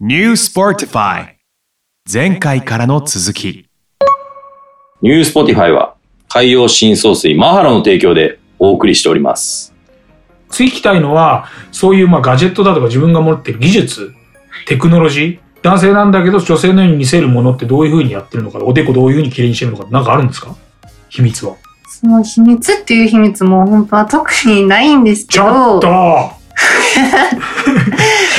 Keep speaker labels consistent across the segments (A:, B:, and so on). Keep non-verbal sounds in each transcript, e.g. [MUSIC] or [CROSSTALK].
A: New Spotify 前回からの続き
B: ニュースポティファイは海洋深層水マハロの提供でお送りしております。
C: 次行きたいのはそういうまあガジェットだとか自分が持ってる技術テクノロジー男性なんだけど女性のように見せるものってどういうふうにやってるのかおでこどういうふうに綺麗にしてるのかなんかあるんですか秘密は
D: その秘密っていう秘密も本当は特にないんですけ
C: ちょ
D: ど
C: っと
D: 実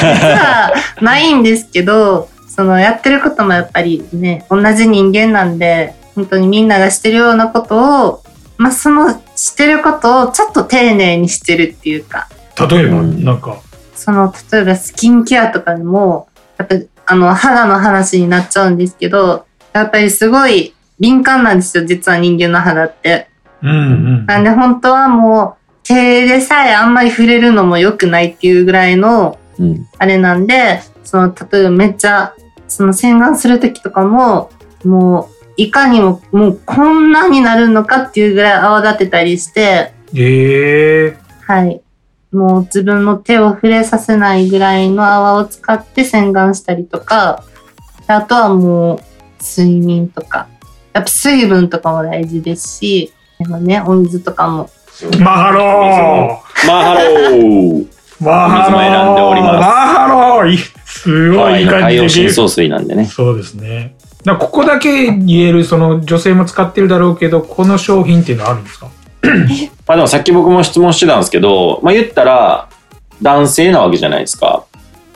D: はないんですけどそのやってることもやっぱりね同じ人間なんで本当にみんながしてるようなことをまあそのしてることをちょっと丁寧にしてるっていうか
C: 例えば
B: うん
C: なんか
D: その例えばスキンケアとかでもやっぱりあの肌の話になっちゃうんですけどやっぱりすごい敏感なんですよ実は人間の肌って。
C: うんうん
D: なんで本当はもう手でさえあんまり触れるのも良くないっていうぐらいの
B: うん。
D: あれなんでその例えばめっちゃその洗顔する時とかももういかにももうこんなになるのかっていうぐらい泡立てたりして
C: ええ
D: はいもう自分の手を触れさせないぐらいの泡を使って洗顔したりとかであとはもう睡眠とかやっぱ水分とかも大事ですしでもねお水とかも
C: マハロ
B: マハロー
C: ーマハロー
B: 水も選んでおります
C: マハローいいすごいいい感
B: 海
C: じ
B: 洋
C: で
B: 深層水なんでね。
C: そうですねなんかここだけ言えるその女性も使ってるだろうけどこの商品っていうのはあるんですか
B: まあでもさっき僕も質問してたんですけど、まあ言ったら男性なわけじゃないですか。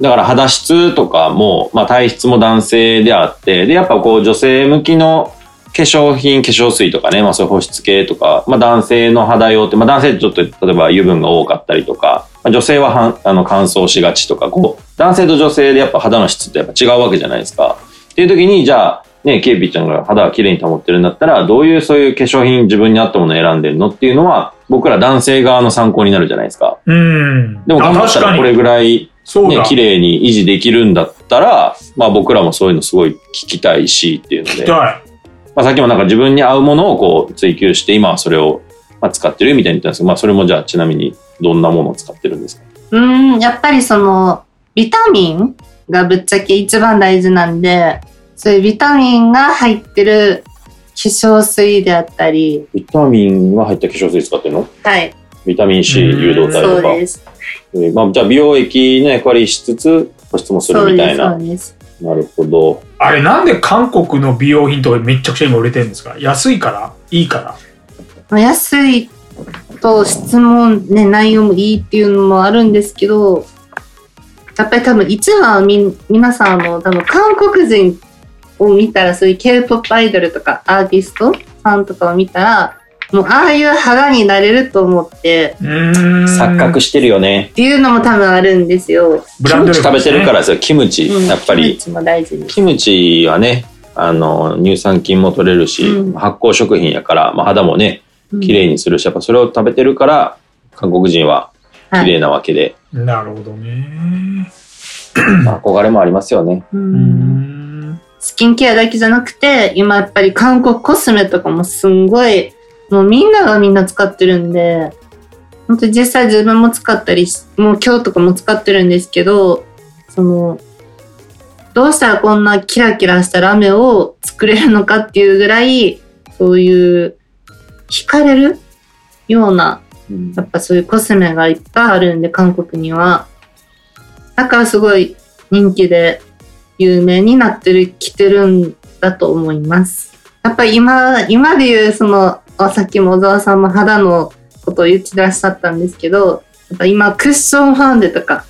B: だから肌質とかも、まあ体質も男性であって、でやっぱこう女性向きの化粧品、化粧水とかね、まあそういう保湿系とか、まあ男性の肌用って、まあ男性ってちょっと例えば油分が多かったりとか、まあ女性ははんあの乾燥しがちとか、こう男性と女性でやっぱ肌の質ってやっぱ違うわけじゃないですか。っていう時に、じゃあ、ね、ケイピーちゃんが肌が綺麗に保ってるんだったら、どういうそういう化粧品自分に合ったものを選んでるのっていうのは、僕ら男性側の参考になるじゃないですか。
C: うん
B: でも
C: あ
B: 頑張った
C: 確からに
B: これぐらい、
C: そう
B: ね
C: だ、
B: 綺麗に維持できるんだったら、まあ僕らもそういうのすごい聞きたいしっていうの
C: 聞き
B: で、ま
C: たい
B: あさっきもなんか自分に合うものをこう追求して、今はそれをまあ使ってるみたいに言ったんですけど、まあそれもじゃあちなみにどんなものを使ってるんですか
D: うーん、やっぱりその、ビタミンがぶっちゃけ一番大事なんで、そういうビタミンが入ってる化粧水であったり、
B: ビタミンが入った化粧水使ってるの
D: はい、
B: ビタミン C
C: うん
B: 誘導体
D: そ
B: と
D: う
B: か。
D: です。
B: えーまあ、じゃあ美容液の役割しつつ保湿もす
D: そ
B: る
D: う
B: みた
D: で
B: い
D: す、そ
B: な
D: うです。
B: なるほど
C: あれなんで韓国の美容品とかめっちゃくちゃ今売れてるんですか安いからいいから
D: まあ安いと質問、ね、内容もいいっていうのもあるんですけど、やっぱり多分一番はみん、皆さんあの多分韓国人を見たら、そういう K-POP アイドルとかアーティストさんとかを見たら、もうああいう肌になれると思って、
C: うーん
B: 錯覚してるよね
D: っていうのも多分あるんですよ。
C: ブ
B: キ
C: ランド
B: ム
C: 力
B: チ食べてるからですよキムチ、
D: うん
B: やっぱ
D: キム
B: り
D: チも大事に。
B: キムチはねあの乳酸菌も取れるし、
D: うん
B: 発酵食品やから、まあ、肌もね綺麗にするしやっぱそれを食べてるから韓国人は
D: はい
B: 綺麗なわけで、
C: なるほどね
B: まあ憧れもありますよね
D: うん
C: うーん
D: スキンケアだけじゃなくて、今やっぱり韓国コスメとかもすんごい、もうみんながみんな使ってるんで、本当に実際自分も使ったりし、もう今日とかも使ってるんですけど、その、どうしたらこんなキラキラしたラメを作れるのかっていうぐらい、そういう、惹かれるようなやっぱそういうコスメがいっぱいあるんで、韓国には。だからすごい人気で有名になってる、来てるんだと思います。やっぱり今、今で言うその、あさっきも小沢さんも肌のことを言ってらっしゃったんですけど、やっぱ今クッションファンデとか、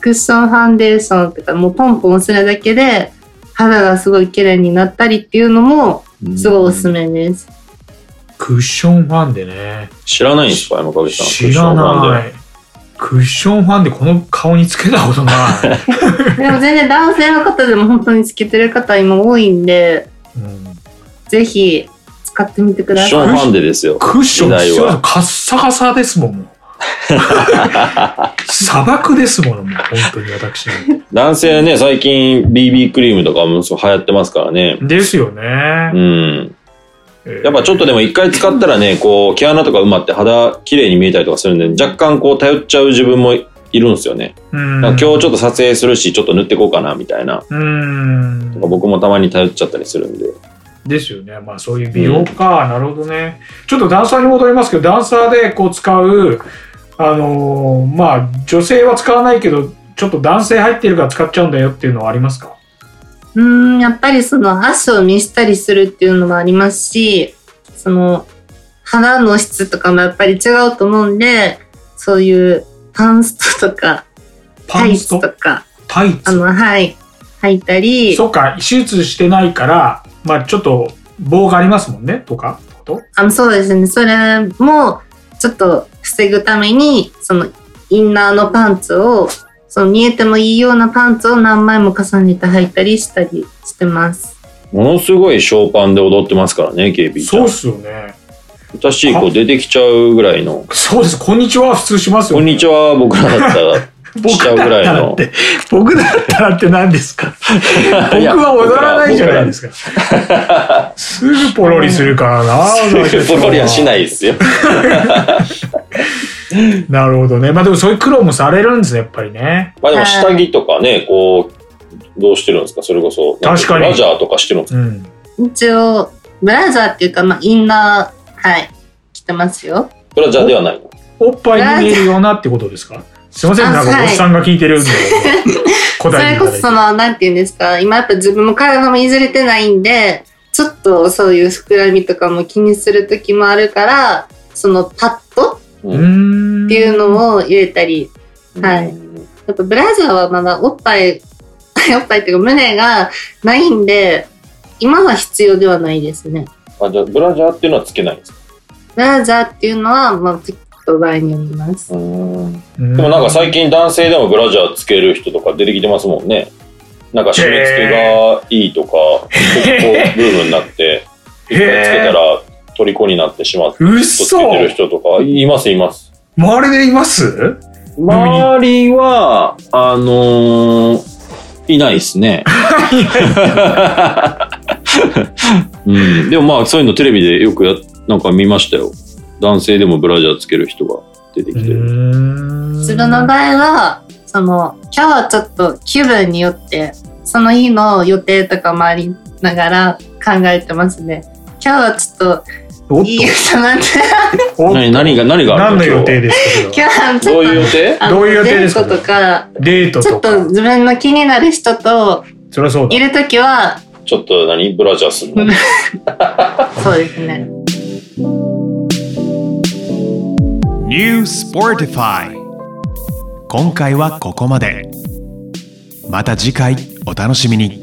D: クッションファンデーションとかもうポンポンするだけで肌がすごい綺麗になったりっていうのもすごいおすすめです。
C: クッションファンでね
B: 知らないんですか山影さん
C: 知らないいクッションファンでこの顔につけた
B: [LAUGHS]
C: ことない、
D: でも全然男性の方でも本当につけてる方今多いんで、
C: うん、
D: ぜひ使ってみてく
B: クッ
D: だ
B: ション
D: さ
B: フ
D: い。
B: ァンデですよ
C: クッション
B: 時代は
C: カッサカサですも
B: [LAUGHS]
C: んもう砂漠ですものもう本当
B: [LAUGHS]
C: に私なんて
B: 男性ね最近 BB クリームとかもすごい流行ってますからね
C: ですよね、
B: うん
C: えー
B: やっぱちょっとでも一回使ったらね、こう、毛穴とか埋まって肌綺麗に見えたりとかするんで、若干こう頼っちゃう自分もいるんですよね。
C: うん。
B: だから今日ちょっと撮影するし、ちょっと塗ってこうかなみたいな。
C: うん。
B: 僕もたまに頼っちゃったりするんで。
C: ですよね。まあそういう美容か。なるほどね。ちょっとダンサーに戻りますけど、ダンサーでこう使う、あのーまあ女性は使わないけど、ちょっと男性入ってるから使っちゃうんだよっていうのはありますか
D: うーん、やっぱりその足を見せたりするっていうのもありますし、その肌の質とかもやっぱり違うと思うんで、そういうパンストとか
C: パ
D: タ
C: ン
D: イ
C: ス
D: ツ
C: ト
D: とか、
C: タイ
D: あ
C: ツ。
D: の、はい、履いたり、
C: そっか、手術してないから、まあちょっと棒がありますもんね、とか。こと
D: あのそうですね、それもちょっと防ぐために、そのインナーのパンツを、その見えてもいいようなパンツを何枚も重ねて履いたりしたりしてます。
B: ものすごいショーパンで踊ってますからね、KB ちゃ
C: そうんっ。すよね。
B: 私しい子出てきちゃうぐらいの。
C: そうです。こんにちは、普通しますよ、
B: こんにちは、僕らだったら。し
C: [LAUGHS] 僕
B: ちゃうぐ
C: だった
B: らい
C: ら
B: の
C: って、僕だったらって何ですか僕は踊らないじゃな
B: [LAUGHS]
C: いですか。すぐポロリするか
B: [LAUGHS]
C: らな。。
B: ポロリはしないいで
C: [LAUGHS]
B: すよ。
C: なるほどね。まあでもそういう苦労もされるんですね、やっぱりね。
B: まあでも下着とかね、こう、どうしてるんですかそれこそ。
C: 確かに
B: ラジャーとかしてるんですか
C: うん。
D: 一応、ブラジャーっていうか、まあ、インナー、はい、着てますよ。
B: ブラジャーではないの。
C: おっぱいに見えるようなってことですかすいません、なんかおっさんが聞いて
D: [LAUGHS]
C: るんで。
D: そ
C: 答えて
D: れ
C: い
D: こ
C: ただ
D: そ
C: い
D: そ
C: て。
D: の、なんていうんですか、今やっぱ自分も体もいずれてないんで、ちょっとそういう膨らみとかも気にする時もあるから、そのパッドっ
B: う
C: うー
B: ん
C: ん
D: ていうのを入れたり、はい
B: うん
D: やっぱブラジャーはまだおっぱい、 [LAUGHS] おっぱいっていうか胸がないんで、今は必要ではないですね。
B: あじゃあブラジャーっていうのはつけないんですか
D: ブラジャーっていうのは、まあ、ちょっと場合によります。
B: うーん
C: で
B: でもなんか最近
C: 近。
B: 男性でもブラジャーつける人とか出てきてますもんね。なんか締め付けがいいとか、結構ブームになって、
C: へ
B: つけた
C: え。
B: ら虜になってしまって、
C: うっ
B: ずっとつけてる人とか、いますいます。
C: 周りでいます
B: 周りは、あのーいないです
C: [LAUGHS]
B: ね。うん、でもまあそういうのテレビでよくやなんか見ましたよ。男性でもブラジャーつける人が出てきてる。
D: 自
C: 自
D: 分の場合は、その、今日はちょっと気分によって、その日の予定とかもありながら考えてますね。今日はちょっ
C: お
D: と
C: っ
D: いい歌なんで、
C: とおっと
B: 何何が何がある
C: 何の
B: 今日
C: 予定ですかそれは
D: 今日は [LAUGHS] ち
B: ど
D: ょ
B: う
D: っと
B: いう予定
D: あ
C: ど
D: の
C: ういう予定ですか
D: デートとか、
C: デート
D: ちょ
C: と
D: っと
C: か。
D: 自分の気になる人と
C: そりゃそうだ
D: い。るときは、
B: ちょっと何ブラジャーするの
D: そうですね。
A: New Sportify 今回はここまでまた次回お楽しみに